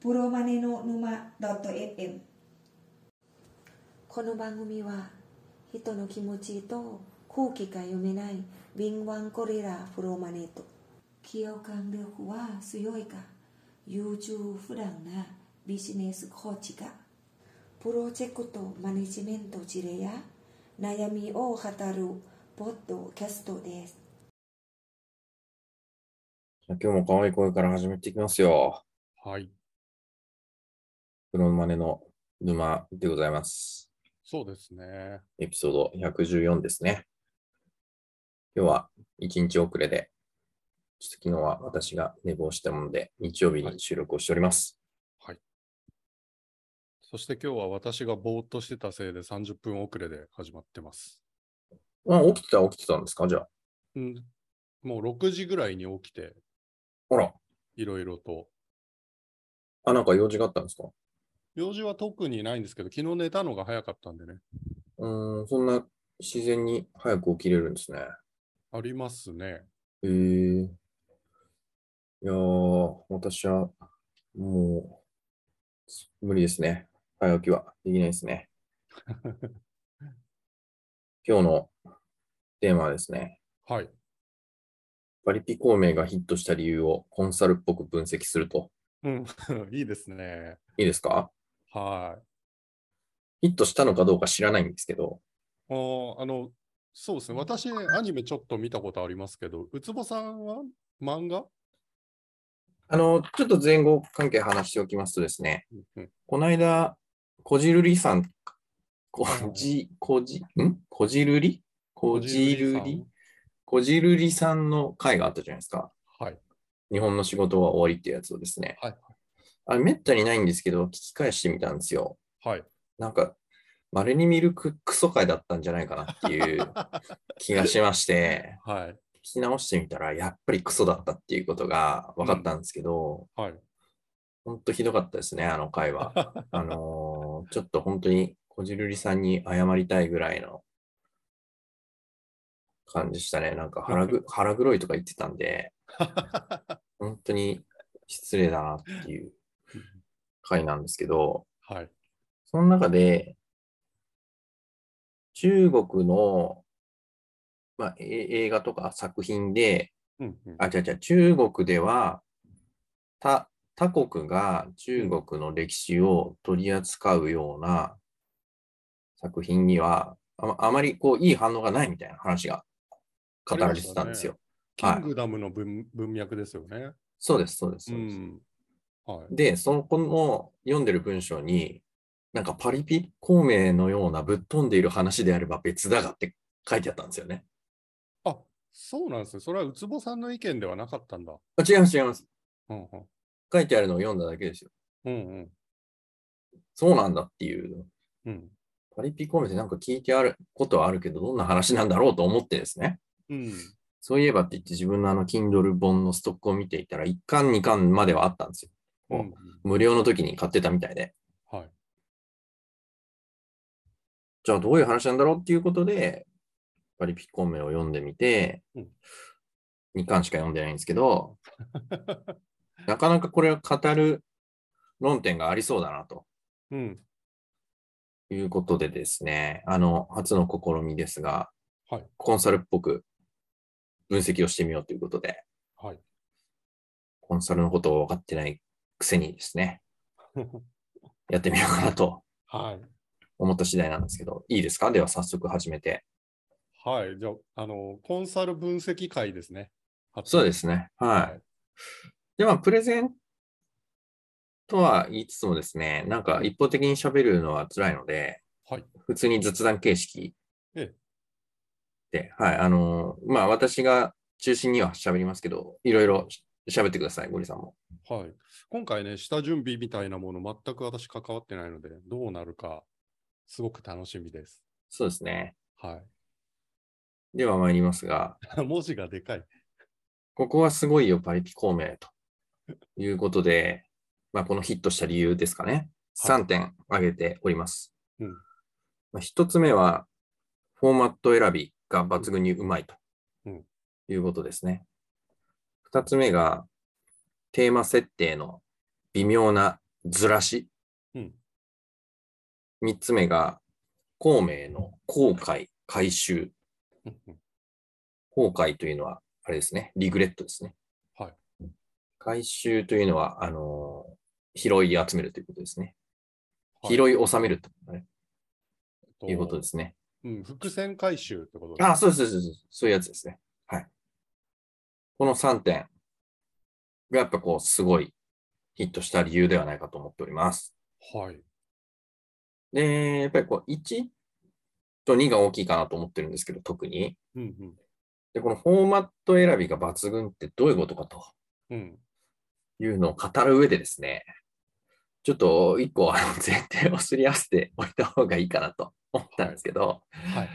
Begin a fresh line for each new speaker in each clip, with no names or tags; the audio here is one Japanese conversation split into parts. プロマネの沼 .fm この番組は人の気持ちと空気が読めない敏腕コレラプロマネと企業間力は強いか優柔不断なビジネスコーチがプロジェクトマネジメント事例や悩みを語るポッドキャストです
じゃあ今日も可愛い声から始めていきますよ。
はい。
プロマネの沼でございます。
そうですね。
エピソード114ですね。今日は1日遅れで、ちょっと昨日は私が寝坊したもので、日曜日に収録をしております。
そして今日は私がぼーっとしてたせいで30分遅れで始まってます。
あ、起きてた、起きてたんですかじゃあ。
うん。もう6時ぐらいに起きて、
あら、
いろいろと。
あ、なんか用事があったんですか
用事は特にないんですけど、昨日寝たのが早かったんでね。
うーん、そんな自然に早く起きれるんですね。
ありますね。
えー、いやー、私はもう無理ですね。早起きはできないですね。今日のテーマはですね、
はい。
パリピ孔明がヒットした理由をコンサルっぽく分析すると。
うん。 いいですね。
いいですか
はい。
ヒットしたのかどうか知らないんですけど、
あーあの、そうですね。私、アニメちょっと見たことありますけど、ウツボさんは漫画
あの、ちょっと前後関係話しておきますとですね、
うんうん
この間、こじるりさん、こ
はいはい
じ、こじ、んこじるりこじる
こじるり
りこじるりさんの回があったじゃないですか。
はい。
日本の仕事は終わりっていうやつをですね。
はい。
あれ、めったにないんですけど、聞き返してみたんですよ。
はい。
なんか、稀に見るククソ回だったんじゃないかなっていう 気がしまして、
はい。
聞き直してみたら、やっぱりクソだったっていうことが分かったんですけど、
はい。
ほんとひどかったですね、あの回は。あのーちょっと本当に、こじるりさんに謝りたいぐらいの感じしたね。なんか腹ぐ腹黒いとか言ってたんで、本当に失礼だなっていう回なんですけど、
はい。
その中で、中国の、まあ、え映画とか作品で、
うんうん。
あ、違う違う、中国では、他、他国が中国の歴史を取り扱うような作品には、あまあまりこう、いい反応がないみたいな話が語られてたんですよ。
キングダムの文,、文脈ですよね。
そうです、そうです、
う
そうです。
ん。はい。
で、そのこの読んでる文章に、なんかパリピ孔明のようなぶっ飛んでいる話であれば別だがって書いてあったんですよね。
あ、そうなんですね。それはウツボさんの意見ではなかったんだ。
あ、違います、違います。
うんうん。
書いてあるのを読んだだけですよ。
うんうん。
そうなんだっていう。
うん。
パリピ孔明ってなんか聞いてあることはあるけど、どんな話なんだろうと思ってですね。
うん。
そういえばって言って自分のあの Kindle 本のストックを見ていたら、1巻2巻まではあったんですよ。
う
お
ん、
無料の時に買ってたみたいで。
はい。
じゃあどういう話なんだろうっていうことで、パリピ孔明を読んでみて、
うん
2巻しか読んでないんですけど、なかなかこれは語る論点がありそうだなと
うん。
いうことでですね、あの、初の試みですが、
はい
コンサルっぽく分析をしてみようということで、
はい。
コンサルのことを分かってないくせにですね、やってみようかなと
はい。
思った次第なんですけど、いいですかでは早速始めて。
はい。じゃあ、あの、コンサル分析会ですね。
そうですね。はい。
い。
で、まあ、プレゼンとは言いつつもですね、なんか一方的に喋るのは辛いので、
はい
普通に雑談形式
え
で、はい、あの、まあ、私が中心には喋りますけど、いろいろ喋ってください、ゴリさんも。
はい。今回ね、下準備みたいなもの、全く私関わってないので、どうなるか、すごく楽しみです。
そうですね。
は
では参りますが、
い。 文字がでかい。
ここはすごいよ、パリピ孔明ということで、まあ、このヒットした理由ですかね。
はい
3点挙げております。
うん
まあ、1つ目は、フォーマット選びが抜群にうまいと
うん
いうことですね。2つ目が、テーマ設定の微妙なずらし。
うん
三つ目が、孔明の後悔、回収。
うんうん
後悔というのは、あれですね、リグレットですね。
はい。
回収というのは、あのー拾い集めるということですね。
はい
拾い収めるってことね
と
いうことですね。
うん、伏線回収ってことです
あ、そうそうそうそう、そういうやつですね。はい。この3点がやっぱこう、すごいヒットした理由ではないかと思っております。
はい。
で、やっぱりこう、1と2が大きいかなと思ってるんですけど、特に。
うんうん。
で、このフォーマット選びが抜群ってどういうことかと
うん。
いうのを語る上でですね、ちょっと一個あの前提をすり合わせておいた方がいいかなと思ったんですけど、
はい。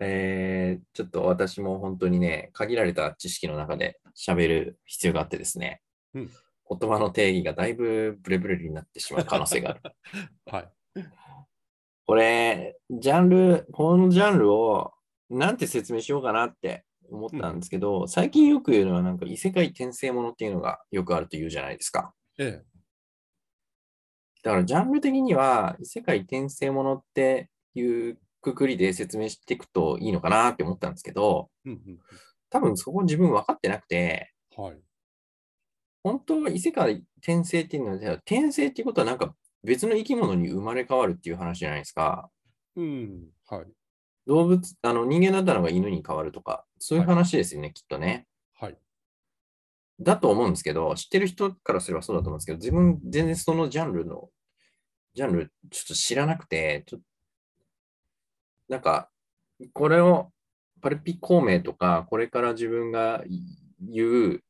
えーちょっと私も本当にね、限られた知識の中で喋る必要があってですね、
うん
言葉の定義がだいぶブレブレになってしまう可能性がある。
はい。
これ、ジャンル、このジャンルをなんて説明しようかなって思ったんですけど、最近よく言うのはなんか異世界転生ものっていうのがよくあると言うじゃないですか。
え
だからジャンル的には異世界転生ものっていうくくりで説明していくといいのかなって思ったんですけど、
え。うん
多分そこ自分分かってなくて、
うん。はい。
本当は異世界転生っていうのは、じゃあ転生っていうことはなんか別の生き物に生まれ変わるっていう話じゃないですか。
うん。はい。
動物、あの人間だったのが犬に変わるとか、そういう話ですよね、きっとね。
はい。
だと思うんですけど、知ってる人からすればそうだと思うんですけど、自分全然そのジャンルの、ジャンルちょっと知らなくて、ちょっとなんか、これを、パルピ孔明とか、これから自分が言う、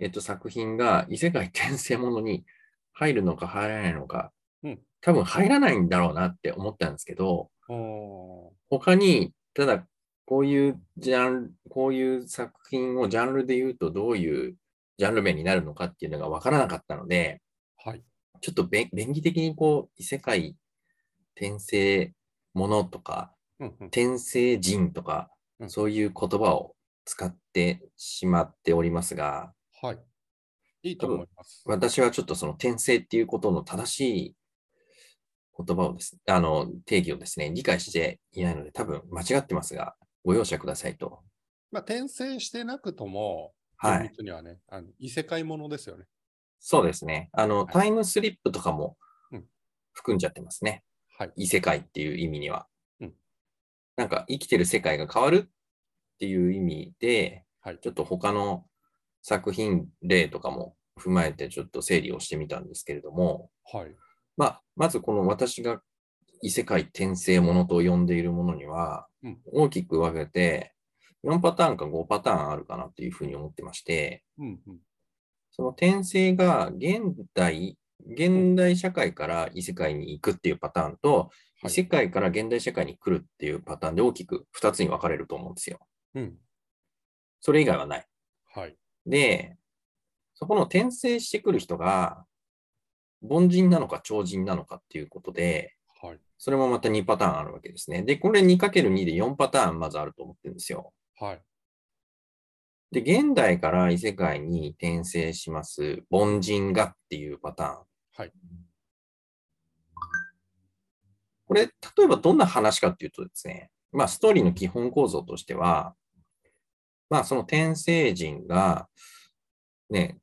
えっと、作品が異世界転生ものに入るのか入らないのか、
うん
多分入らないんだろうなって思ったんですけど、
あー
他に、ただ、こういうジャンル、こういう作品をジャンルで言うとどういうジャンル名になるのかっていうのが分からなかったので、
はい。
ちょっとべん便宜的にこう、異世界転生ものとか、
うんうん。
転生人とか
う、ん
そういう言葉を使ってしまっておりますが、
はい。いいと思います。
私はちょっとその転生っていうことの正しい言葉をですね、あの、定義をですね、理解していないので、多分間違ってますが、ご容赦くださいと。
まあ、転生してなくとも、
は
厳
い。
密にはね、あの異世界ものですよね。
そうですね。あの、
はい
タイムスリップとかも
うん
含んじゃってますね。
はい。
異世界っていう意味には。
うん
なんか、生きてる世界が変わるっていう意味で、
はい。
ちょっと他の作品例とかも踏まえて、ちょっと整理をしてみたんですけれども、
はい。
まあ、まずこの私が異世界転生ものと呼んでいるものには
うん、
大きく分けて、4パターンか5パターンあるかなというふうに思ってまして、
うんうん。
その転生が現代、現代社会から異世界に行くっていうパターンと、
は
異
い
世界から現代社会に来るっていうパターンで大きく2つに分かれると思うんですよ。
うん。
それ以外はない。
はい。
で、そこの転生してくる人が、凡人なのか超人なのかっていうことで、
はい。
それもまた2パターンあるわけですね。で、これ 2×2 で4パターンまずあると思ってるんですよ。
はい。
で、現代から異世界に転生します凡人がっていうパターン。
はい。
これ、例えばどんな話かっていうとですね、まあ、ストーリーの基本構造としては、まあ、その転生人が、ね、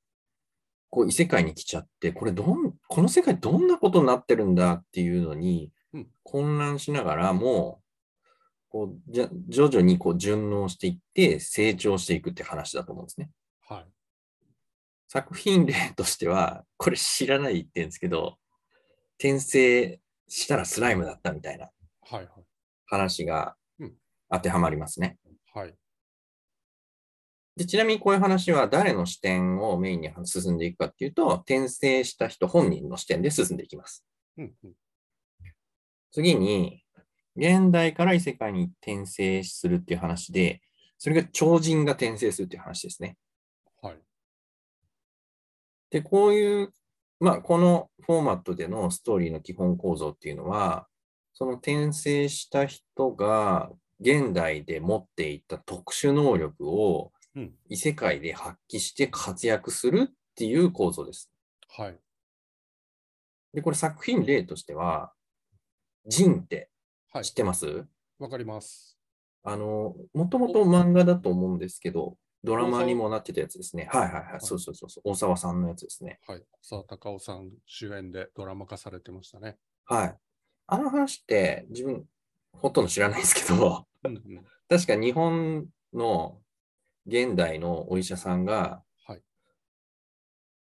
こう異世界に来ちゃって、これどん、この世界どんなことになってるんだっていうのに
うん、
混乱しながらも、こう、じゃ徐々にこう順応していって、成長していくって話だと思うんですね。
はい。
作品例としては、これ知らないって言うんですけど、転生したらスライムだったみたいな
はい。
話が
うん
当てはまりますね。
はい。
でちなみにこういう話は誰の視点をメインに進んでいくかっていうと、転生した人本人の視点で進んでいきます。
うんうん。
次に、現代から異世界に転生するっていう話で、それが超人が転生するっていう話ですね。
はい。
で、こういう、まあ、このフォーマットでのストーリーの基本構造っていうのは、その転生した人が現代で持っていた特殊能力を
うん
異世界で発揮して活躍するっていう構造です。
はい。
で、これ作品例としては、ジンって
はい
知っ。てます、
わかります。
あの、もともと漫画だと思うんですけど、ドラマにもなってたやつですね。はいはいはい。そうそうそうそう。大沢さんのやつですね。
はい。さあ、高尾さん主演でドラマ化されてましたね。
はい。あの話って自分、ほとんど知らないですけど、
うんうん。
確か日本の現代のお医者さんが、
はい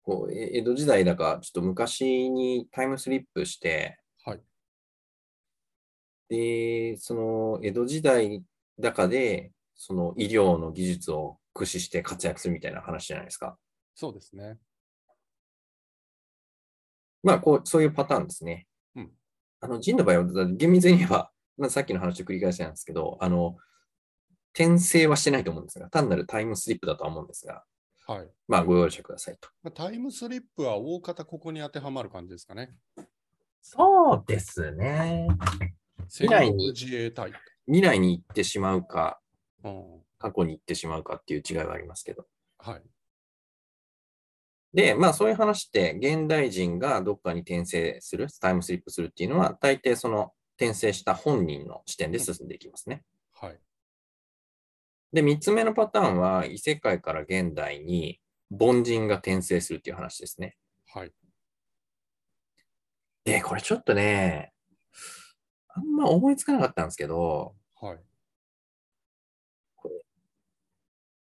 こうえ江戸時代だか、ちょっと昔にタイムスリップして、
はい。
で、その江戸時代だかで、その医療の技術を駆使して活躍するみたいな話じゃないですか。
そうですね。
まあ、こう、そういうパターンですね。
うん
あの、人の場合は、厳密に言えば、まあ、さっきの話を繰り返しなんですけど、あの、転生はしてないと思うんですが、単なるタイムスリップだとは思うんですが、
はい。
まあ、ご容赦くださいと。
まあタイムスリップは大方ここに当てはまる感じですかね。
そうですね。
戦
来に
国自衛隊。
未来に行ってしまうか、
うん。
過去に行ってしまうかっていう違いはありますけど。
はい。
で、まあそういう話って、現代人がどっかに転生する、タイムスリップするっていうのは、大抵その転生した本人の視点で進んでいきますね。
はい。
で、3つ目のパターンは、異世界から現代に凡人が転生するっていう話ですね。
はい。
で、これちょっとね、あんま思いつかなかったんですけど、
はい。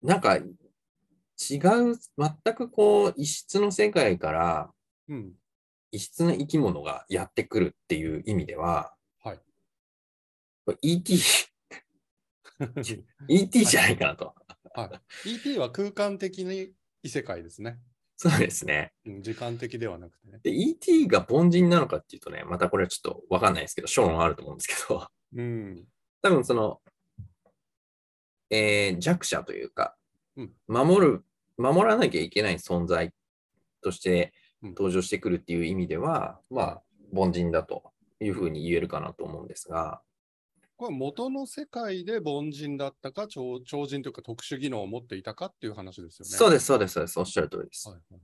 なんか違う、全くこう、異質の世界から
うん。
異質な生き物がやってくるっていう意味では、
はい
これ ET、ET じゃないかなと。
はい、ET は空間的に異世界ですね。
そうですね。
うん時間的ではなくてね。
で、ET が凡人なのかっていうとね、またこれはちょっとわかんないですけど、ショーンはあると思うんですけど、
うん。
多分その、えー弱者というか
うん、
守る、守らなきゃいけない存在として
うん
登場してくるっていう意味では、まあ、凡人だというふうに言えるかなと思うんですが、
これは元の世界で凡人だったか超、超人というか特殊技能を持っていたかっていう話ですよね。
そうです、そうです、そうです、おっしゃる通りです。
はいはい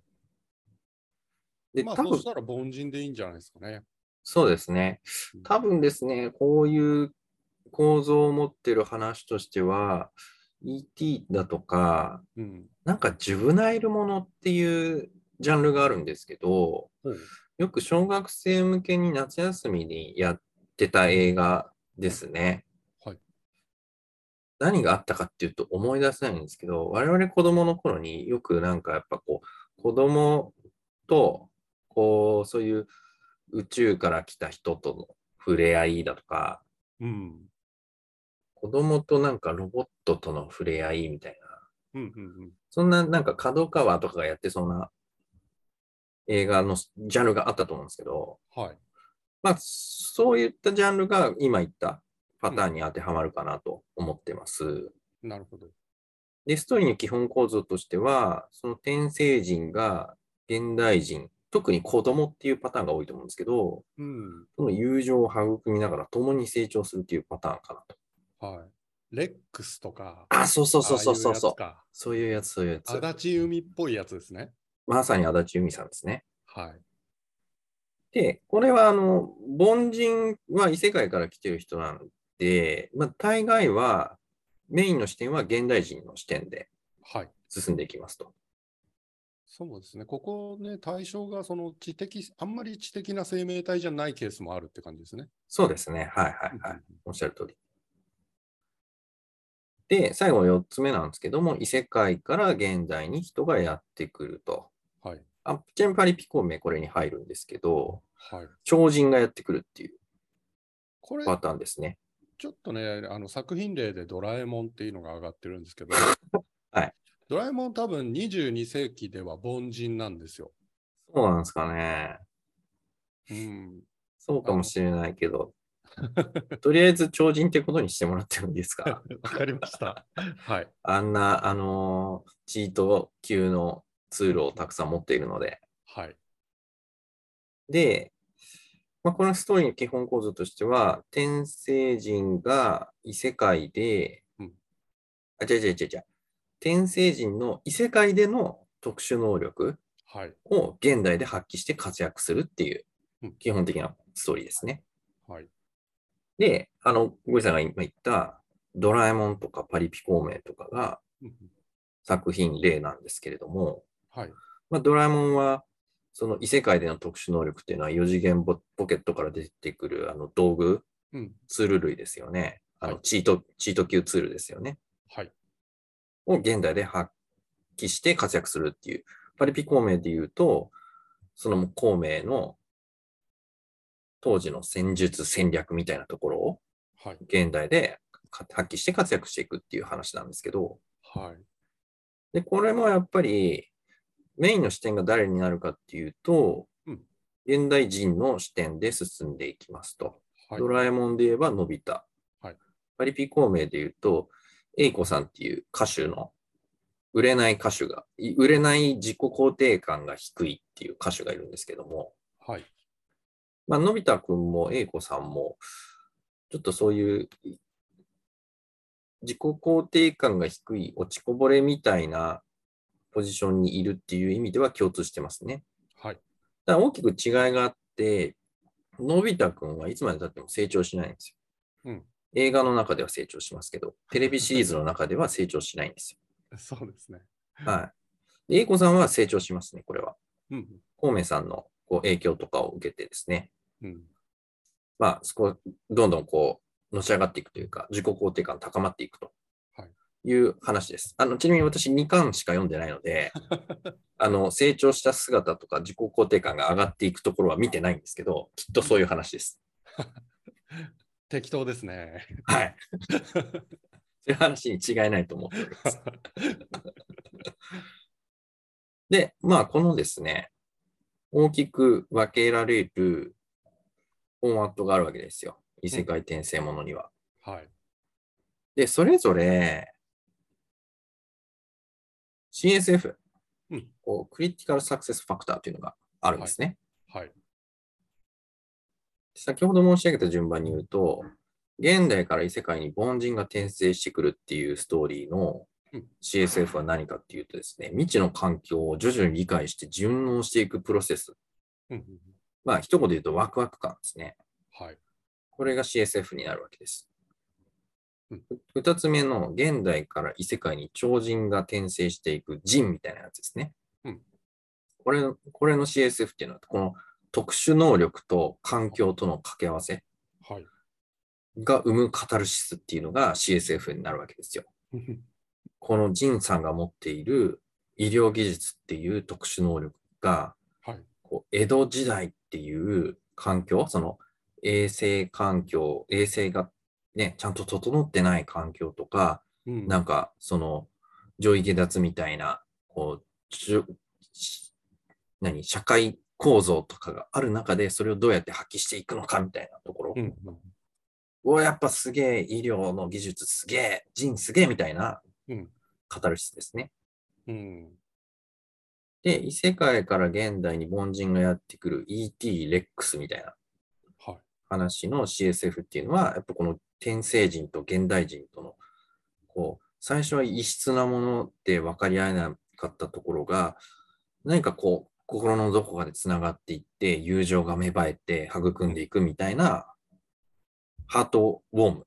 で、
まあ、
多
そ
分
したら凡人でいいんじゃないですかね。
そうですね。多分ですね、こういう構造を持ってる話としては、ET だとか、
うん。
なんかジュブナイルものっていうジャンルがあるんですけど、
ほう
よく小学生向けに夏休みにやってた映画ですね。
はい
何があったかっていうと思い出せないんですけど、我々子供の頃によくなんかやっぱこう、子供と、こう、そういう宇宙から来た人との触れ合いだとか、
うん。
子供となんかロボットとの触れ合いみたいな、
うんうんうん。
そんななんか角川とかがやってそうな映画のジャンルがあったと思うんですけど、
はい。
まあ、そういったジャンルが今言ったパターンに当てはまるかなと思ってます。
なるほど。
で、ストーリーの基本構造としては、その転生人が現代人、特に子供っていうパターンが多いと思うんですけど、
うん。
その友情を育みながら共に成長するっていうパターンかなと。
はい。レックスとか。
あ、そうそうそうそうそう
ああいや
そ
つ
う。
か
そういうやつ、そういうやつ。
足立海っぽいやつですね。
まさに足立由美さんですね。
はい。
で、これはあの、凡人は異世界から来てる人なんで、まあ、大概は、メインの視点は現代人の視点で
はい。
進んでいきますと。
そうですね。ここね、対象がその知的、あんまり知的な生命体じゃないケースもあるって感じですね。
そうですね。はいはいは
う
い。おっしゃる通り。で、最後4つ目なんですけども、異世界から現代に人がやってくると。
はい。
あちなみにパリピ孔明これに入るんですけど、
はい。
超人がやってくるっていう
これ、
パターンですね。
ちょっとね、あの作品例でドラえもんっていうのが上がってるんですけど、
はい。
ドラえもん多分22世紀では凡人なんですよ。
そうなんですかね。
うん。
そうかもしれないけ ど、とりあえず超人ってことにしてもらってもいいです か
わかりました。はい。
あんな、あのーチート級のツールをたくさん持っているので。
はい。
で、まあ、このストーリーの基本構造としては、転生人が異世界で、
うん
あ、違う違う違う違う、転生人の異世界での特殊能力
はい。
を現代で発揮して活躍するっていう
うん
基本的なストーリーですね。
はい。
で、あの、ゴイさんが今言った、ドラえもんとかパリピ孔明とかが
うんうん
作品例なんですけれども、
はい。
まあ、ドラえもんは、その異世界での特殊能力っていうのは4次元ポポケットから出てくるあの道具、
うん。
ツール類ですよね。あの
はい
チート、チート級ツールですよね。
はい。
を現代で発揮して活躍するっていう。パリピ孔明で言うと、その孔明の当時の戦術戦略みたいなところを
はい。
現代で発揮して活躍していくっていう話なんですけど、
はい。
で、これもやっぱりメインの視点が誰になるかっていうと、
うん
現代人の視点で進んでいきますと。
はい。
ドラえもんで言えばのび太。
はい
パリピ孔明で言うと、英子さんっていう歌手の、売れない歌手が、い売れない自己肯定感が低いっていう歌手がいるんですけども、
はい。
まあのび太くんも英子さんも、ちょっとそういう自己肯定感が低い落ちこぼれみたいなポジションにいるっていう意味では共通してますね。
はい。
ただ大きく違いがあって、のび太くんはいつまでたっても成長しないんですよ。
うん
映画の中では成長しますけど、テレビシリーズの中では成長しないんです
そうですね。
よ。はい。で、英子さんは成長しますね、これは。
うん。
孔明さんのこう影響とかを受けてですね、
うん。
まあ、そこ、どんどんこう、のし上がっていくというか、自己肯定感高まっていくと
はい
いう話です。あの、ちなみに私2巻しか読んでないので、あの、成長した姿とか自己肯定感が上がっていくところは見てないんですけど、きっとそういう話です。
適当ですね。
はい。そういう話に違いないと思っております。で、まあ、このですね、大きく分けられるフォーマットがあるわけですよ。異世界転生ものには。
はい。
で、それぞれ、CSF、
うん
こうクリティカルサクセスファクターというのがあるんですね。
はい。
先ほど申し上げた順番に言うと、現代から異世界に凡人が転生してくるっていうストーリーの
うん
CSF は何かっていうとですね、未知の環境を徐々に理解して順応していくプロセス。
うんうん。
まあ、一言で言うとワクワク感ですね。
はい。
これが CSF になるわけです
うん。
二つ目の現代から異世界に超人が転生していく人みたいなやつですね。
うん
これのこれの CSF っていうのは、この特殊能力と環境との掛け合わせ
はい。
が生むカタルシスっていうのが CSF になるわけですよ。
うん
このジンさんが持っている医療技術っていう特殊能力が、
はい。
こう江戸時代っていう環境、その衛生環境、衛生がね、ちゃんと整ってない環境とか、
うん
なんかその上位下脱みたいな、こう、ちゅし何、社会構造とかがある中で、それをどうやって発揮していくのかみたいなところ。
うん
うわ、やっぱすげえ、医療の技術すげえ、人すげえみたいな
うん
カタルシスですね。
うん。
で、異世界から現代に凡人がやってくる ET レックスみたいな
はい。
話の CSF っていうのは、やっぱこの転生人と現代人との、こう、最初は異質なもので分かり合えなかったところが、何かこう、心のどこかでつながっていって、友情が芽生えて、育んでいくみたいな、ハートウォーム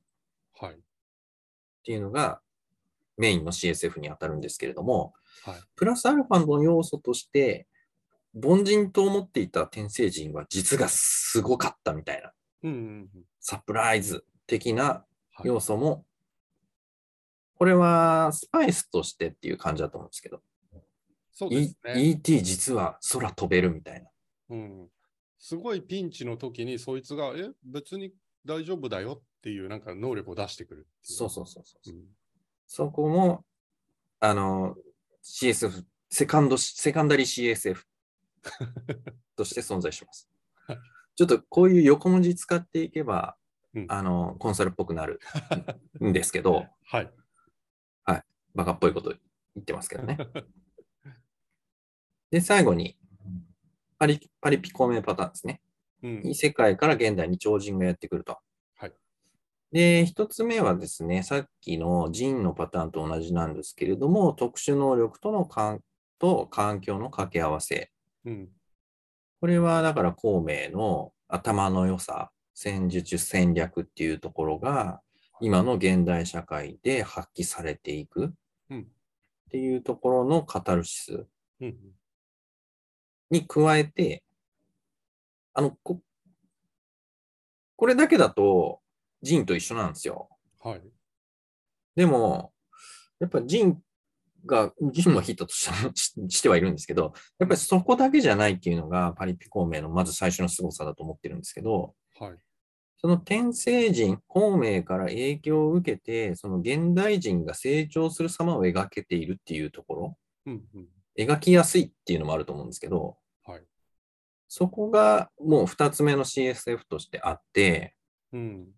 はい。
っていうのがメインの CSF に当たるんですけれども、
はい
プラスアルファの要素として、凡人と思っていた天聖人は実がすごかったみたいな、
うんうんうん。
サプライズ的な
はい
要素も、これはスパイスとしてっていう感じだと思うんですけど、
そうです
E-
ね。
ET 実は空飛べるみたいな。
うん。すごいピンチの時に、そいつが、え、別に大丈夫だよっていう、なんか能力を出してくるってい
そうそうそうそう。
う。うん
そこも、あの、CSF、セカンド、セカンダリー CSF として存在します
はい。
ちょっとこういう横文字使っていけば、
うん
あの、コンサルっぽくなるんですけ ど、
はい。
バカっぽいこと言ってますけどね。で、最後に、パリ、パリピ孔明パターンですね。
うん。
異世界から現代に超人がやってくると。
はい
で、一つ目はですね、さっきの人のパターンと同じなんですけれども、特殊能力との環と環境の掛け合わせ。
うん。
これはだから孔明の頭の良さ、戦術戦略っていうところが、今の現代社会で発揮されていく
うん
っていうところのカタルシス
うんうん。
に加えて、あの、ここれだけだと、ジンと一緒なんですよ。
はい。
でも、やっぱジンが、ジンもヒットとし ししてはいるんですけど、やっぱりそこだけじゃないっていうのがパリピ孔明のまず最初の凄さだと思ってるんですけど、
はい。
その天聖人、孔明から影響を受けて、その現代人が成長する様を描けているっていうところ、
うんうん。
描きやすいっていうのもあると思うんですけど、
はい
そこがもう2つ目の CSF としてあって、
うん。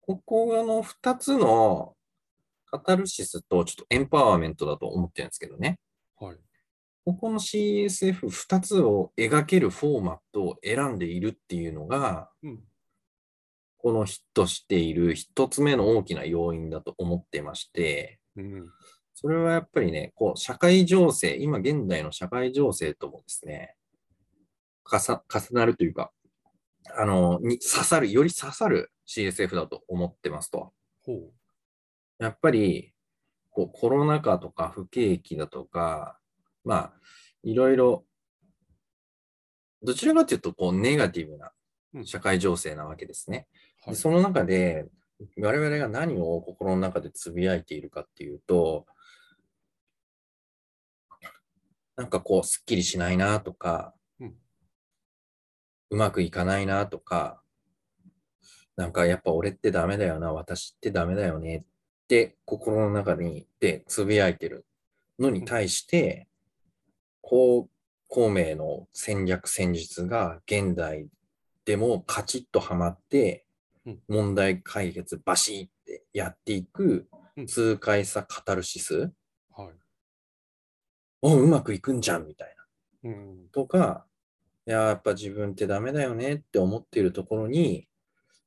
ここの2つのカタルシスとちょっとエンパワーメントだと思ってるんですけどね。
はい。
ここの CSF2 つを描けるフォーマットを選んでいるっていうのが、
うん。
このヒットしている1つ目の大きな要因だと思ってまして、
うん。
それはやっぱりね、こう、社会情勢、今現代の社会情勢ともですね、かさ重なるというか、あの、に刺さる、より刺さる CSF だと思ってますと。
ほ
やっぱり、こうコロナ禍とか不景気だとか、まあ、いろいろ、どちらかというと、こう、ネガティブな
うん
社会情勢なわけですね。
う。
で
はい。
その中で、我々が何を心の中でつぶやいているかっていうと、なんかこう、すっきりしないなとか、
うん
うまくいかないなとか、なんかやっぱ俺ってダメだよな、私ってダメだよねって心の中にでつぶやいてるのに対して、こう、孔明の戦略戦術が現代でもカチッとはまって
うん、
問題解決バシーってやっていく
うん
痛快さカタルシス、
はい。
おうまくいくんじゃんみたいな
うん。
とか、いややっぱ自分ってダメだよねって思っているところに、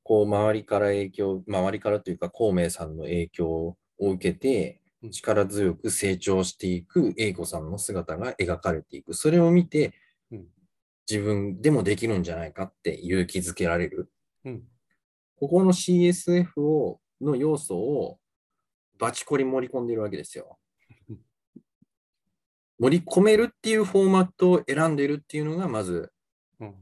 こう周りから影響、周りからというか孔明さんの影響を受けて
うん、
力強く成長していく英子さんの姿が描かれていく。それを見て
うん、
自分でもできるんじゃないかって勇気づけられる。
うん。
ここの CSF をの要素をバチコリ盛り込んでるわけです よ
うん。
盛り込めるっていうフォーマットを選んでるっていうのが、まず
うん。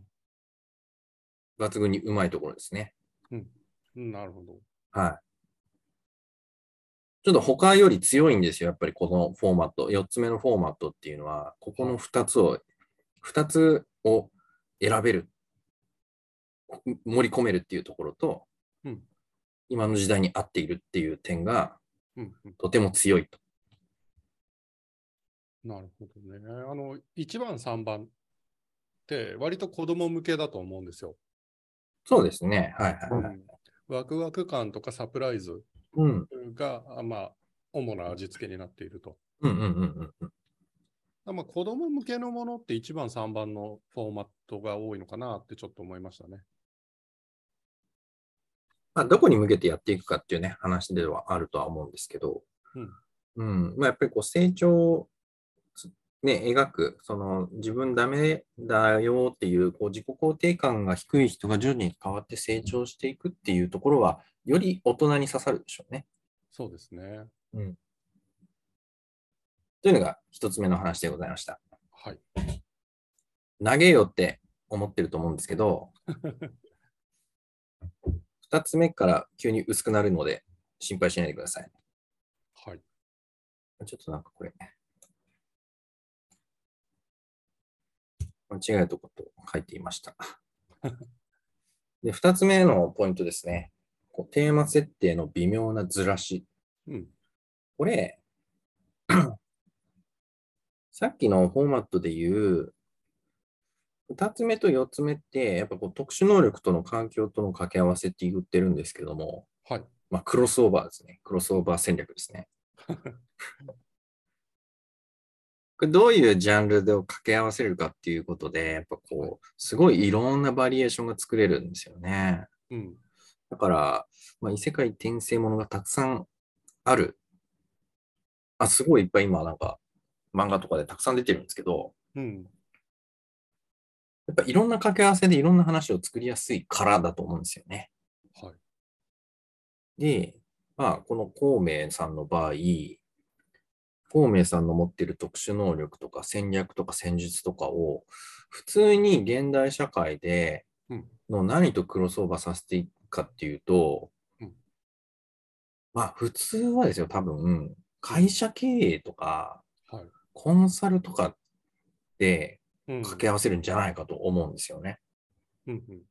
抜群にうまいところですね。
うんなるほど。
はい。ちょっと他より強いんですよ、やっぱりこのフォーマット。4つ目のフォーマットっていうのは、ここの2つを、2つを選べる、盛り込めるっていうところと、
うん
今の時代に合っているっていう点が
うん。うん。
とても強いと。
なるほどね。あの、1番、3番って割と子供向けだと思うんですよ。
そうですね。はいはいはい。
うんワクワク感とかサプライズ
うん。
が、あまあ、主な味付けになっていると。
うんうんうんうん。
まあ、子供向けのものって1番、3番のフォーマットが多いのかなってちょっと思いましたね。
まあ、どこに向けてやっていくかっていうね、話ではあるとは思うんですけど、うん。まあ、やっぱりこう成長をつね、描く、その自分ダメだよっていう、こう自己肯定感が低い人が徐々に変わって成長していくっていうところは、より大人に刺さるでしょうね。
そうですね。
というのが一つ目の話でございました。
はい。
投げよって思ってると思うんですけど、二つ目から急に薄くなるので、心配しないでください。
はい。
ちょっとなんかこれ。間違えたことを書いていました。で、二つ目のポイントですね。こうテーマ設定の微妙なずらし。
うん。
これ、 さっきのフォーマットで言う、二つ目と四つ目って、やっぱこう特殊能力との環境との掛け合わせって言ってるんですけども、
はい。
まあ、クロスオーバーですね。クロスオーバー戦略ですね。これどういうジャンルでを掛け合わせるかっていうことで、やっぱこう、すごいいろんなバリエーションが作れるんですよね。
うん。
だから、まあ、異世界転生ものがたくさんある。あ、すごいいっぱい今なんか漫画とかでたくさん出てるんですけど、
うん。
やっぱいろんな掛け合わせでいろんな話を作りやすいからだと思うんですよね。
はい。
で、まあ、この孔明さんの場合、孔明さんの持ってる特殊能力とか戦略とか戦術とかを、普通に現代社会で
うん
の何とクロスオーバーさせていくかっていうと、
うん
まあ、普通はですよ、多分、会社経営とか、
はい。
コンサルとかで
うん。
掛け合わせるんじゃないかと思うんですよね。
うんうんうん。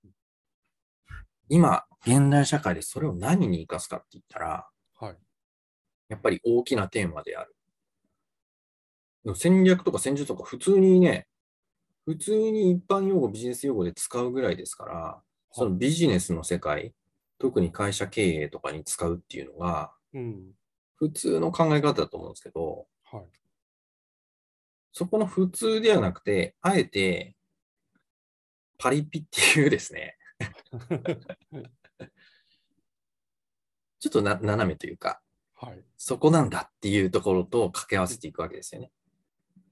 今、現代社会でそれを何に生かすかって言ったら、
はい。
やっぱり大きなテーマである。戦略とか戦術とか普通にね、普通に一般用語、ビジネス用語で使うぐらいですから、そのビジネスの世界、特に会社経営とかに使うっていうのが、
うん。
普通の考え方だと思うんですけど、
はい。
そこの普通ではなくて、あえて、パリピっていうですね、ちょっとな斜めというか、
はい。
そこなんだっていうところと掛け合わせていくわけですよね。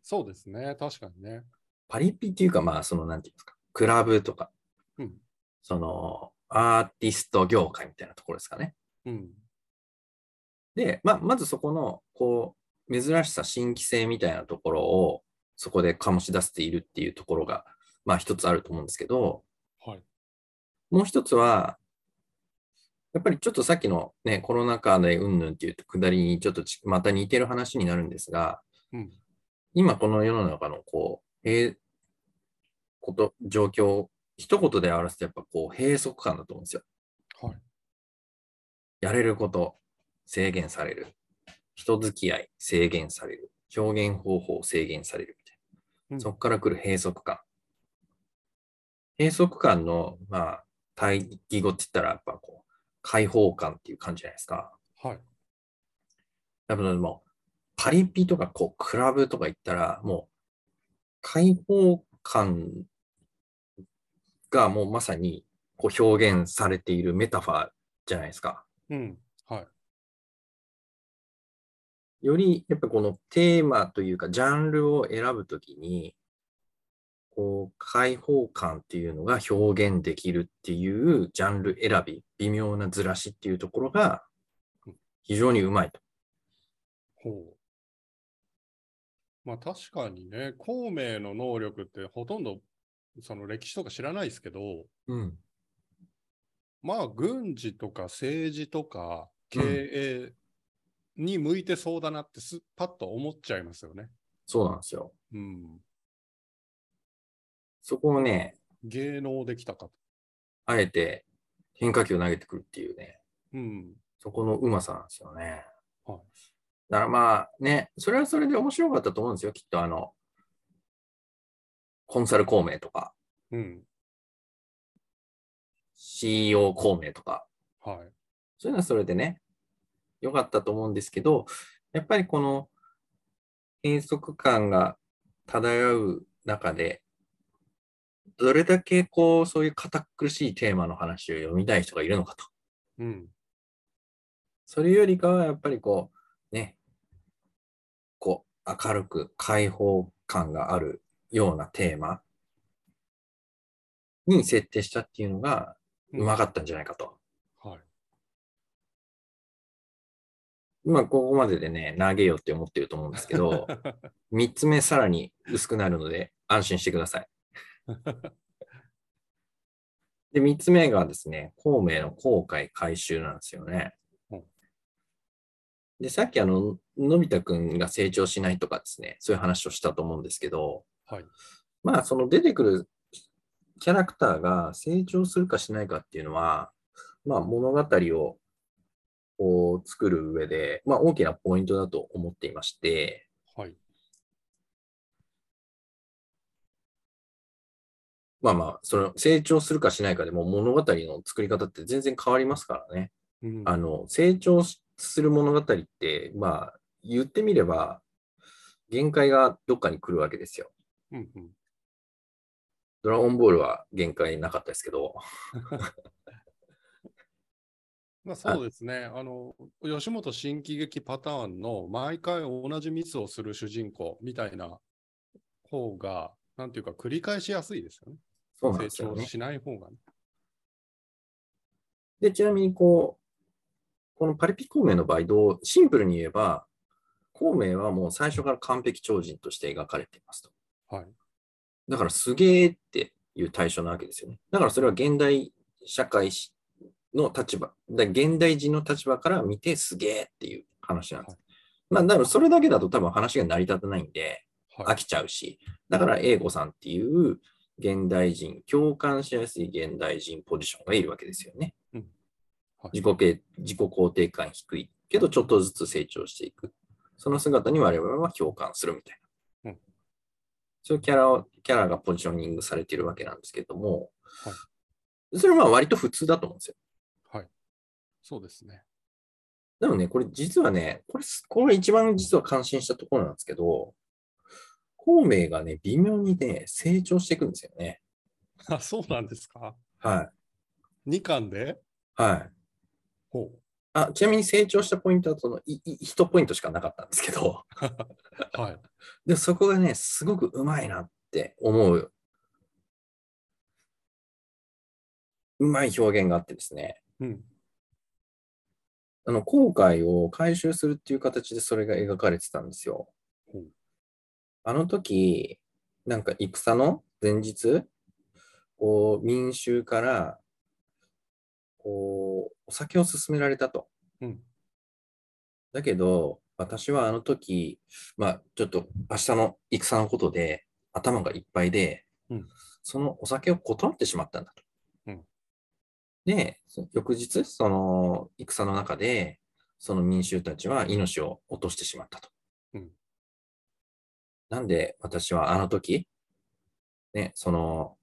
そうですね。確かにね。
パリピっていうか、まあ、その、なんていうんですか、クラブとか、
うん。
その、アーティスト業界みたいなところですかね。
うん。
で、まあ、まずそこの、こう、珍しさ、新規性みたいなところを、そこで醸し出しているっていうところが、まあ、一つあると思うんですけど、
はい。
もう一つは、やっぱりちょっとさっきのね、コロナ禍でうんぬんっていうと、下りにちょっとちまた似てる話になるんですが、
うん。
今この世の中のこう、えこと、状況を一言で表すとやっぱこう、閉塞感だと思うんですよ。
はい。
やれること、制限される。人付き合い、制限される。表現方法、制限されるみたい
うん
な。そこから来る閉塞感。閉塞感の、まあ、対義語って言ったらやっぱこう、解放感っていう感じじゃないですか。
はい。
多分もう、パリピとか、こう、クラブとか行ったら、もう、開放感がもうまさに、こう、表現されているメタファーじゃないですか。
うん。はい。
より、やっぱこのテーマというか、ジャンルを選ぶときに、こう、開放感っていうのが表現できるっていうジャンル選び、微妙なずらしっていうところが
うん、
非常にうまいと。
ほう。まあ確かにね、孔明の能力ってほとんどその歴史とか知らないですけど、
うん。
まあ軍事とか政治とか経営に向いてそうだなってすっぱっと思っちゃいますよね。
そうなんですよ。
うん。
そこをね、
芸能できたかと。
あえて変化球を投げてくるっていうね、
うん。
そこのうまさなんですよね。
はい
だからまあね、それはそれで面白かったと思うんですよ、きっとあの、コンサル孔明とか、
うん。
CEO 孔明とか、
はい。
そういうのはそれでね、良かったと思うんですけど、やっぱりこの閉塞感が漂う中で、どれだけこう、そういう堅苦しいテーマの話を読みたい人がいるのかと。
うん。
それよりかはやっぱりこう、ね、こう、明るく開放感があるようなテーマに設定したっていうのがうまかったんじゃないかと。
はい。
今ここまででね、投げようって思ってると思うんですけ ど、3つ目さらに薄くなるので安心してくだ さい。で、3つ目がですね、孔明の後悔回収なんですよね
うん。
で、さっきあの、のび太くんが成長しないとかですね、そういう話をしたと思うんですけど、
はい。
まあ、その出てくるキャラクターが成長するかしないかっていうのは、まあ、物語をこう作る上で、まあ、大きなポイントだと思っていまして、
はい。
まあまあ、その成長するかしないかでも物語の作り方って全然変わりますからね。
うん。
あの、成長しする物語って、まあ、言ってみれば、限界がどっかに来るわけですよ。
うんうん。
ドラゴンボールは限界なかったですけど、
まあ、そうですね。あの、吉本新喜劇パターンの毎回同じミスをする主人公みたいな方が、なんていうか繰り返しやすいですよね。
そうなん
成
ですよ
長
ね。
しない方がね。
で、ちなみにこう、このパリピ孔明の場合どう、シンプルに言えば、孔明はもう最初から完璧超人として描かれていますと。
はい。
だからすげえっていう対象なわけですよね。だからそれは現代社会しの立場、だ現代人の立場から見てすげえっていう話なんです。まあ、だからそれだけだと多分話が成り立たないんで、
は
飽
い。
きちゃうし、だから英語さんっていう現代人、共感しやすい現代人ポジションがいるわけですよね。
うんはい
自己形自己肯定感低いけど、ちょっとずつ成長していく。その姿に我々は共感するみたいな。
うん
そういうキャラをキャラがポジショニングされているわけなんですけども、
は
それはまあ割と普通だと思うんですよ。
そうですね。
でもね、これ実はね、これす、これ一番実は感心したところなんですけど、孔明がね、微妙にね、成長していくんですよね。
あ、そうなんですか。
は
2巻で
い。はい。
ほう。
あ、ちなみに成長したポイントは、その、い、い、1ポイントしかなかったんですけど、
はい。
で、そこがね、すごくうまいなって思う、うまい表現があってですね、
うん。
あの、後悔を回収するっていう形でそれが描かれてたんですよ。
ほう。
あの時、なんか戦の前日、こう民衆からこうお酒を勧められたと。
うん。
だけど、私はあの時、まあ、ちょっと明日の戦のことで頭がいっぱいで、
うん
そのお酒を断ってしまったんだと。
うん
で、そ翌日、その戦の中で、その民衆たちは命を落としてしまったと。
うん
なんで私はあの時、ね、その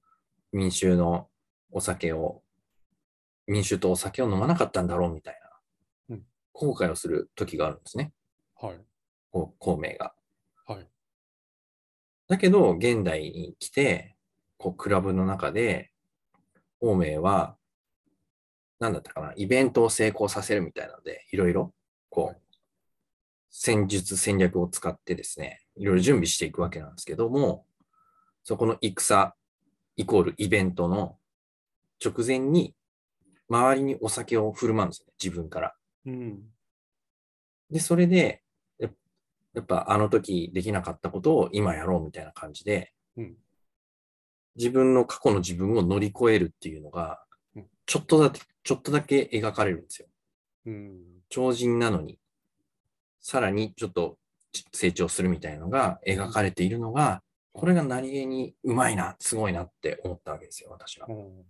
民衆のお酒を、民衆とお酒を飲まなかったんだろうみたいな、
うん
後悔をする時があるんですね、
はい。
こう孔明が。
はい。
だけど、現代に来て、こう、クラブの中で、孔明は、なんだったかな、イベントを成功させるみたいなので、いろいろ、こう、戦術、戦略を使ってですね、いろいろ準備していくわけなんですけども、そこの戦イコールイベントの直前に、周りにお酒を振る舞うんですよね、自分から。
うん。
で、それで、ややっぱあの時できなかったことを今やろうみたいな感じで、
うん
自分の過去の自分を乗り越えるっていうのが
うん、
ちょっとだけ、ちょっとだけ描かれるんですよ。
うん。
超人なのに、さらにちょっとち成長するみたいのが描かれているのが、これが何気にうまいな、すごいなって思ったわけですよ、私は
う。ん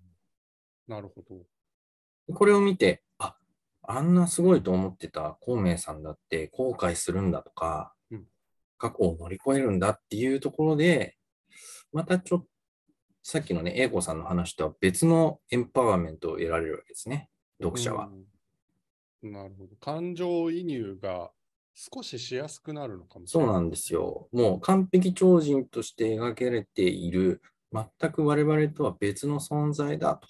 なるほど。
これを見て、あ、あんなすごいと思ってた孔明さんだって後悔するんだとか
うん、
過去を乗り越えるんだっていうところで、またちょっと、さっきのね、英子さんの話とは別のエンパワーメントを得られるわけですね、読者は。
うん。なるほど。感情移入が少ししやすくなるのかもし
そ
れ
う
ない。
なんですよ。もう完璧超人として描かれている、全く我々とは別の存在だと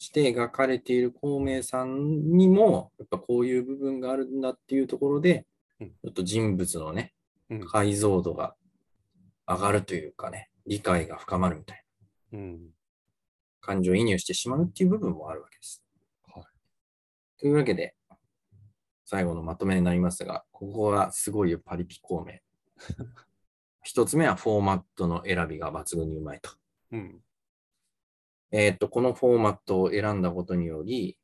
して描かれている孔明さんにも、やっぱこういう部分があるんだっていうところで、
うん
ちょっと人物のね、
うん
解像度が上がるというかね、理解が深まるみたいな、
うん。
感情移入してしまうっていう部分もあるわけです。
はい
というわけで、最後のまとめになりますが、ここがすごいよパリピ孔 明。一つ目はフォーマットの選びが抜群にうまいと。
うん。
えーっと、このフォーマットを選んだことにより、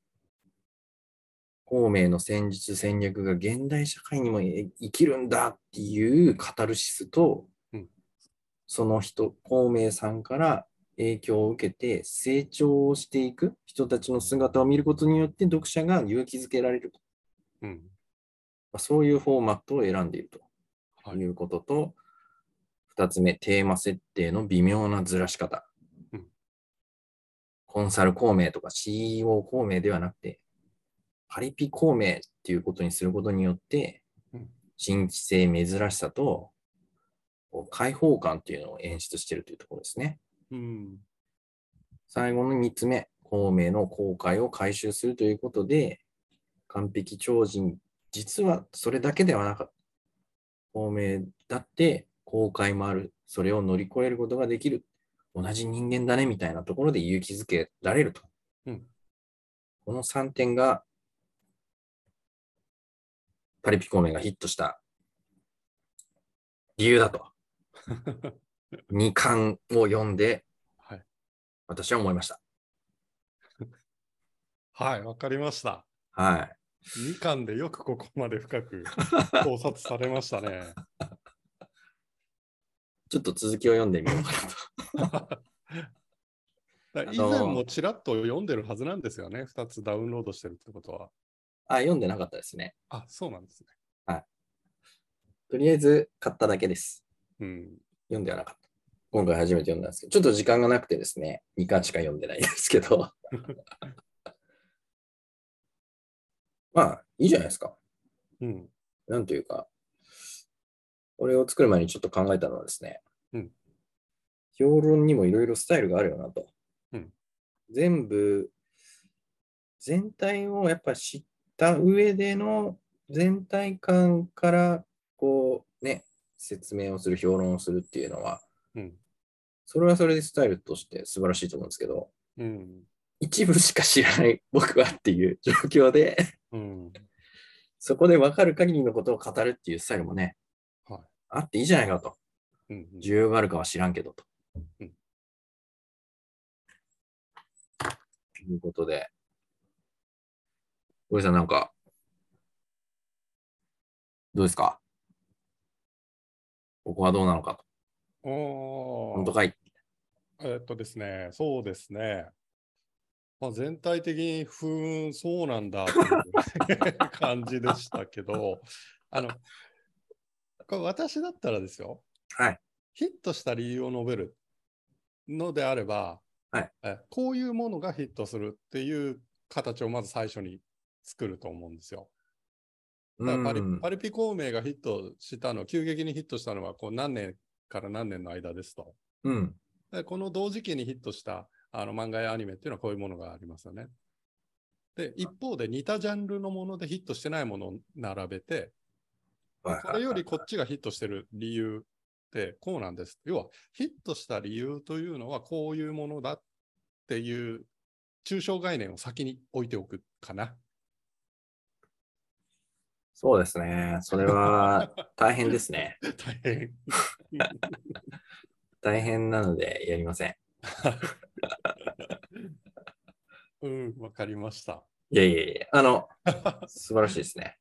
孔明の戦術戦略が現代社会にもえ生きるんだっていうカタルシスと、
うん
その人、孔明さんから影響を受けて成長をしていく人たちの姿を見ることによって読者が勇気づけられると。
うん。
まあそういうフォーマットを選んでいると
はい
いうことと、二つ目、テーマ設定の微妙なずらし方。
うん
コンサル孔明とか CEO 孔明ではなくて、パリピ孔明っていうことにすることによって
うん、
新規性、珍しさと、こう開放感っていうのを演出しているというところですね。
うん。
最後の3つ目、孔明の後悔を回収するということで、完璧超人、実はそれだけではなかった。孔明だって後悔もある。それを乗り越えることができる。同じ人間だねみたいなところで勇気づけられると。
うん
この3点が、パリピ孔明がヒットした理由だ と、2巻を読んで、
はい
私は思いました。
はい、わかりました。
はい。
2巻でよくここまで深 く考察されましたね。
ちょっと続きを読んでみようかなと。
だ
のー
以前もちらっと読んでるはずなんですよね、2つダウンロードしてるってことは。
あ、読んでなかったですね。
あ、そうなんですね。
とりあえず買っただけです。
うん。
読んではなかった。今回初めて読んだんですけど、ちょっと時間がなくてですね、2巻しか読んでないんですけど。まあ、いいじゃないですか。
うん。
なんというか、これを作る前にちょっと考えたのはですね、
うん
評論にもいろいろスタイルがあるよなと。
うん
全部、全体をやっぱ知った上での全体感から、こうね、説明をする、評論をするっていうのは、
うん。
それはそれでスタイルとして素晴らしいと思うんですけど、
うん。
一部しか知らない僕はっていう状況で、
うん。
そこで分かる限りのことを語るっていうスタイルもね、
はい
あっていいじゃないかと。
うん。
需要があるかは知らんけどと。
うん
ということで、小木さんなんか、どうですかここはどうなのかと。
お
本当
ー
かい。
えっとですね、そうですね。まあ、全体的に、ふーん、そうなんだっていう感じでしたけど、 あの、これ私だったらですよ、
はい。
ヒットした理由を述べるのであれば、
はい
えこういうものがヒットするっていう形をまず最初に作ると思うんですよ。だからパリ
うん
パリピ孔明がヒットしたの、急激にヒットしたのはこう何年から何年の間ですと。
うん。
でこの同時期にヒットしたあの漫画やアニメっていうのはこういうものがありますよね。で、一方で似たジャンルのものでヒットしてないものを並べて、
はい
それよりこっちがヒットしてる理由ってこうなんです。要は、ヒットした理由というのはこういうものだっていう抽象概念を先に置いておくかな。
そうですね。それは大変ですね。
大変。
大変なのでやりません。
うん、わかりました。
いやいやいや、あ の、素晴らしいですね。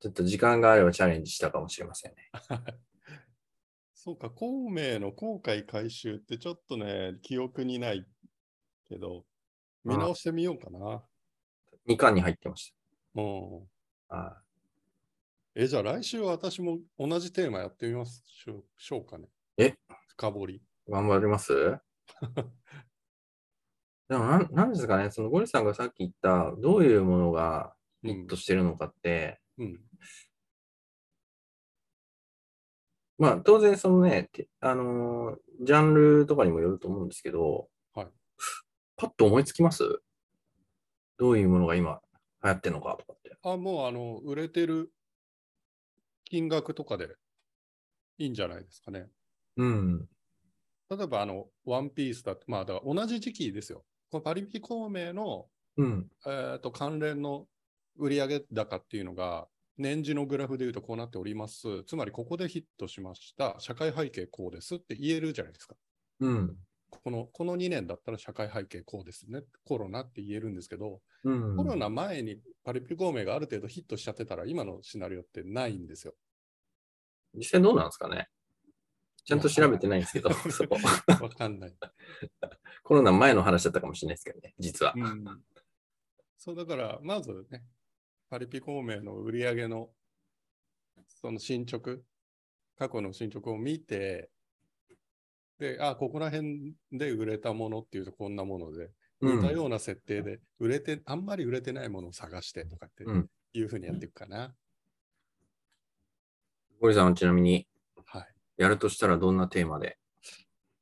ちょっと時間があればチャレンジしたかもしれませんね。
そうか、孔明の後悔回収ってちょっとね、記憶にないけど、見直してみようかな。
2巻に入ってまし
うん。
た。あ
え、じゃあ来週は私も同じテーマやってみますしょしょうかね。
え
深掘り。
頑張ります でもなん、なんですかね、そのゴリさんがさっき言った、どういうものがヒットしてるのかって、
うん。
まあ、当然、そのね、てあのージャンルとかにもよると思うんですけど、
はい
パッと思いつきますどういうものが今流行ってるのかとかって。
あ、もう、あの、売れてる金額とかでいいんじゃないですかね。
うん。
例えば、あの、ワンピースだって、まあ、だから同じ時期ですよ。このパリピ孔明の、
うん。
えーと関連の売上高っていうのが、年次のグラフでいうとこうなっております。つまり、ここでヒットしました。社会背景こうですって言えるじゃないですか。
うん。
このこの2年だったら社会背景こうですね。コロナって言えるんですけど、
うん。
コロナ前にパリピ孔明がある程度ヒットしちゃってたら、今のシナリオってないんですよ。
実際どうなんですかねちゃんと調べてないんですけど、そこ。
わかんない。
コロナ前の話だったかもしれないですけどね、実は。
うん、そうだから、まずね、パリピ孔明の売り上げのその進捗、過去の進捗を見て、で、あ、ここら辺で売れたものっていうとこんなもので、
うん
似たような設定で、売れて、あんまり売れてないものを探してとかって
うん
いうふうにやっていくかな。
ゴリさんはちなみに、
はい。
やるとしたらどんなテーマで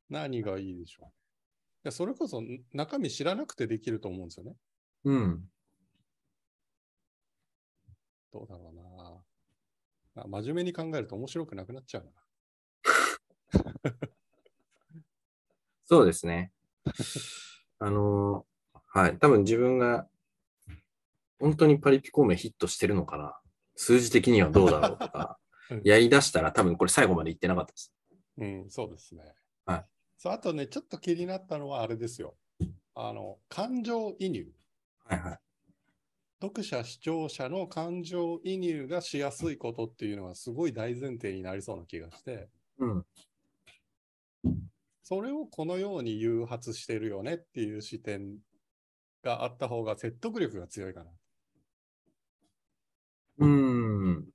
何がいいでしょう。いやそれこそ中身知らなくてできると思うんですよね。
うん。
どうだろうな。あ真面目に考えると面白くなくなっちゃうな。
そうです ね。あのーはい。多分自分が、本当にパリピ孔明ヒットしてるのかな数字的にはどうだ ろうとか
うん、
やり出したら多分これ最後まで言ってなかったです。
うん、そうですね。
はい。
そう、あとね、ちょっと気になったのはあれですよ。あの、感情移入。
はいはい。
読者、視聴者の感情移入がしやすいことっていうのはすごい大前提になりそうな気がして、
うん。
それをこのように誘発してるよねっていう視点があった方が説得力が強いかな。
うーん。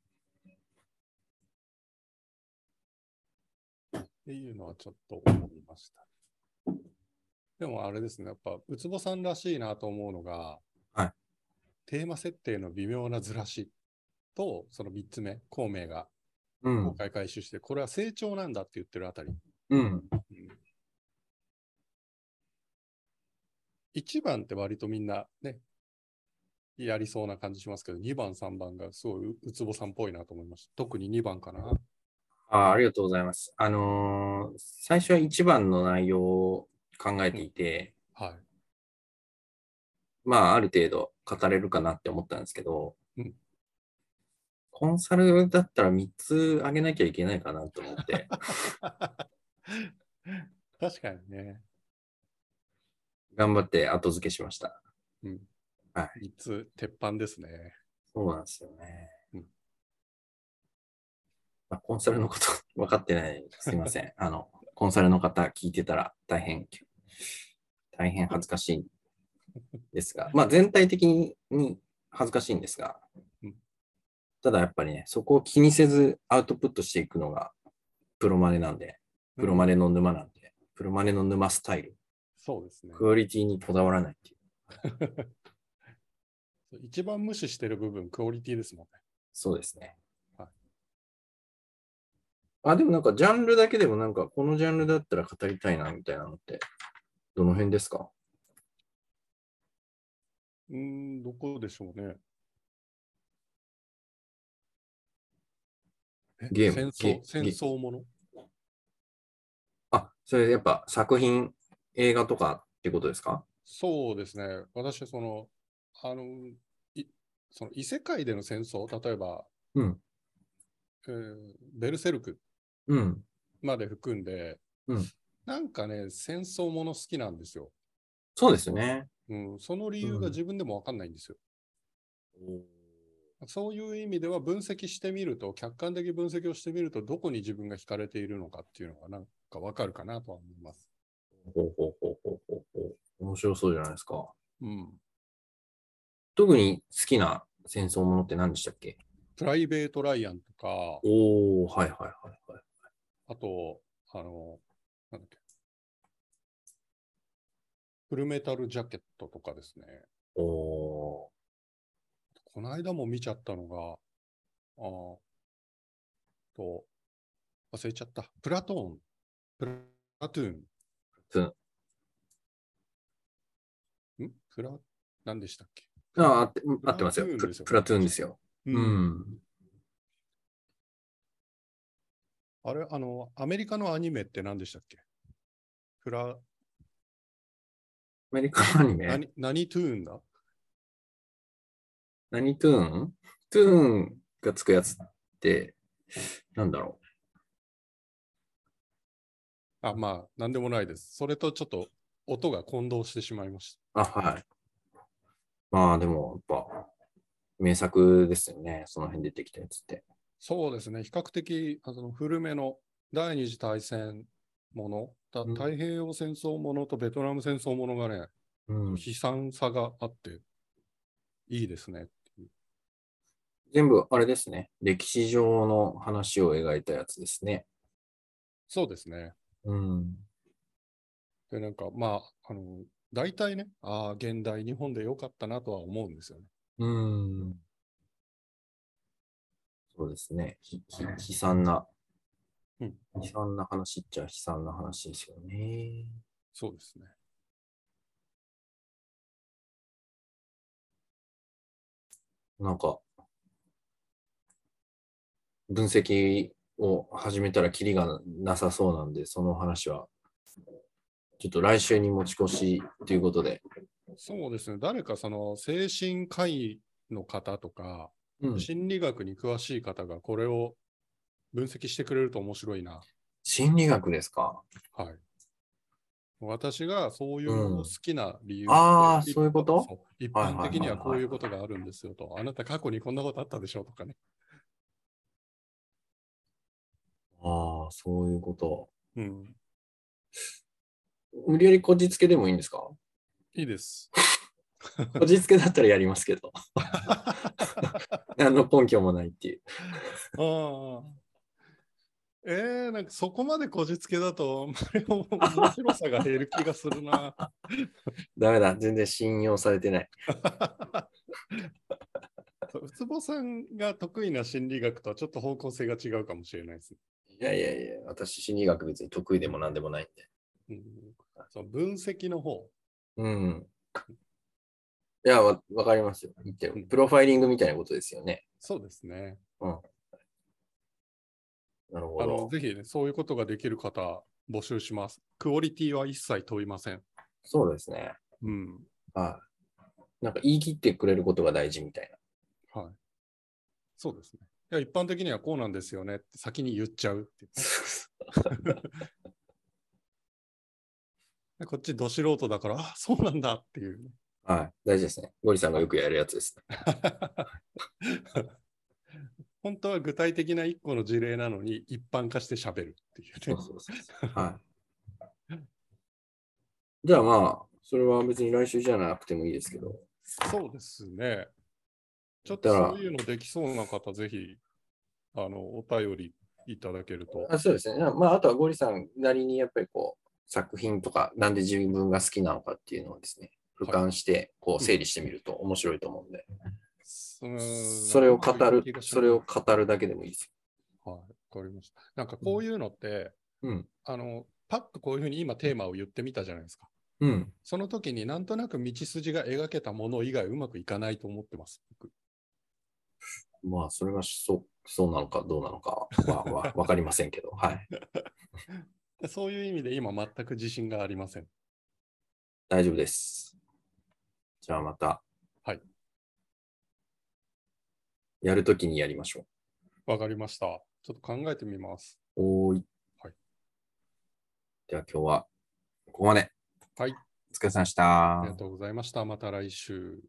っていうのはちょっと思いました。でもあれですね、やっぱ、ウツボさんらしいなと思うのが、
はい
テーマ設定の微妙なずらしと、その3つ目、孔明が
う
公
ん。
開回収して、これは成長なんだって言ってるあたり、
うん。
1番って割とみんなね、やりそうな感じしますけど、2番、3番がすごいうウツボさんっぽいなと思いました。特に2番かな。
あーありがとうございます。あのー最初は一番の内容を考えていて、
はい。
まあ、ある程度語れるかなって思ったんですけど、
うん
コンサルだったら3つあげなきゃいけないかなと思 って。
確かにね、
頑張って後付けしました。
3つ、鉄板ですね。
そうなんですよね。
うん
まあ、コンサルのこと 分かってない。すいません。 あの、コンサルの方聞いてたら大変、大変恥ずかしいんですが、まあ全体的に恥ずかしいんですが
うん、
ただやっぱりね、そこを気にせずアウトプットしていくのがプロマネなんで、プロマネの沼なんで、プロマネの沼スタイル、
そうですね。
クオリティにこだわらないっていう。
一番無視してる部分、クオリティですもんね。
そうですね。
はい
あ、でもなんかジャンルだけでもなんかこのジャンルだったら語りたいなみたいなのって、どの辺ですか
うーん、どこでしょうね。え
ゲーム
戦
ゲ
争、戦
ゲ
争もの
あ、それやっぱ作品、映画とかってことですか
そうですね。私、その、あの、いその異世界での戦争、例えば、
うん
えーベルセルク
うん。
まで含んで、
うん
なんかね、戦争もの好きなんですよ。
そうですよね。
うん、その理由
う
が
ん
自分でもわかんないんですよ。そういう意味では分析してみると、客観的分析をしてみると、どこに自分が惹かれているのかっていうのがなんかわかるかなとは思います。
ほうほうほうほうほうほう。面白そうじゃないですか。
うん。
特に好きな戦争ものって何でしたっけ
プライベート・ライアンとか、
おおはいはいはいはい。
あと、あの、なんだっけ。フルメタル・ジャケットとかですね。
おお
この間も見ちゃったのが、あーと、忘れちゃった。プラトーン。プラトゥーン。
トゥ
んプラ、何でしたっけ
ーあ、合って合ってますよ。
プラトゥーン
プ
ですよ
プラトゥーンですよ。
う
う。ん。
あれ、あの、アメリカのアニメって何でしたっけプラ、
アメリカのアニメ
何、何トゥーンだ
何トゥーントゥーンがつくやつって、なんだろ
あ、まあ、なんでもないです。それとちょっと音が混同してしまいまし
う。あ、はい。まあでも、やっぱ、名作ですよね。その辺出てきたやつって。
た。そうですね。比較的、あの、古めの第二次大戦もの、た
うん
太平洋戦争ものとベトナム戦争ものがね、
うん、
悲惨さがあって、いいですね。
全部、あれですね。歴史上の話を描いたやつですね。
そうですね。
うん。
で、なんか、まあ、あの、大体ね、ああ、現代日本で良かったなとは思うんですよね。
うん。そうですね。ひひ悲惨な、
うん
悲惨な話っちゃ悲惨な話ですよね。
そうですね。
なんか、分析を始めたらキリがなさそうなんで、その話はちょっと来週に持ち越しということで。
そうですね、誰かその精神科医の方と
う
か、
ん
心理学に詳しい方がこれを分析してくれると面白いな。
心理学ですか
はい。私がそういうのを好きな理由って、
うんあー
一般
そういうこと
そ一
はいはいはいは
般
い
的にはこういうことがあるんですよと、あなた過去にこんなことあったでしょうとかね。
ああ、そういうこと。
うん。
無理やりこじつけでもいいんですか
い いです。
こじつけだったらやります けど。何の根拠もないっていう。
ああ。えー、なんかそこまでこじつけだと、あんまり面白さが減る気がするな。
ダメだ。全然信用されてない。
そうウツボさんが得意な心理学とはちょっと方向性が違うかもしれないですね。
いやいやいや、私心理学別に得意でも何でもないんで。
うん、その分析の方。
うん。いや、わわかりますよ。言ってる。プロファイリングみたいなことですよね。
そうですね。
なるほ
あの
ど。
ぜひ、ね、そういうことができる方、募集します。クオリティは一切問いません。
そうですね。
うん。
はい。なんか言い切ってくれることが大事みたい
はい。そうですね。いや、一般的にはこうなんですよねって先に言っちゃうっていう
な。
でこっちど素人だから、あ、そうなんだっていうね。
はい。大事ですね。ゴリさんがよくやるやつですね。
本当は具体的な一個の事例なのに一般化して喋るっていう
そう
ね。
そうそう。はい。じゃあまあ、それは別に来週じゃなくてもいいですけど。
そうですね。ちょっとそういうのできそうな方、ぜひ、あの、お便りいただけると。
あそうですね。まあ、あとはゴリさんなりにやっぱりこう、作品とか、なんで自分が好きなのかっていうのをですね、俯瞰して、こう、整理してみると面白いと思うんで、
その
それを語る、それを。語るだけでもいいです
はい、わかりました。なんかこういうのって、
よ。うん。
あの、パッとこういうふうに今テーマを言ってみたじゃないですか。
うん。
その時になんとなく道筋が描けたもの以外うまくいかないと思ってます。僕
まあ、それがそう、そうなのかどうなのかは、わ、 わかりませんけど、はい。
でそういう意味で今全く自信がありません。
大丈夫です。じゃあまた。
はい。
やるときにやりましょ
わかりました。ちょっと考えてみます。
う。おーい。
はい。
では今日は、ここまで。
はい。
お疲れ様でした。
ありがとうございました。また来週。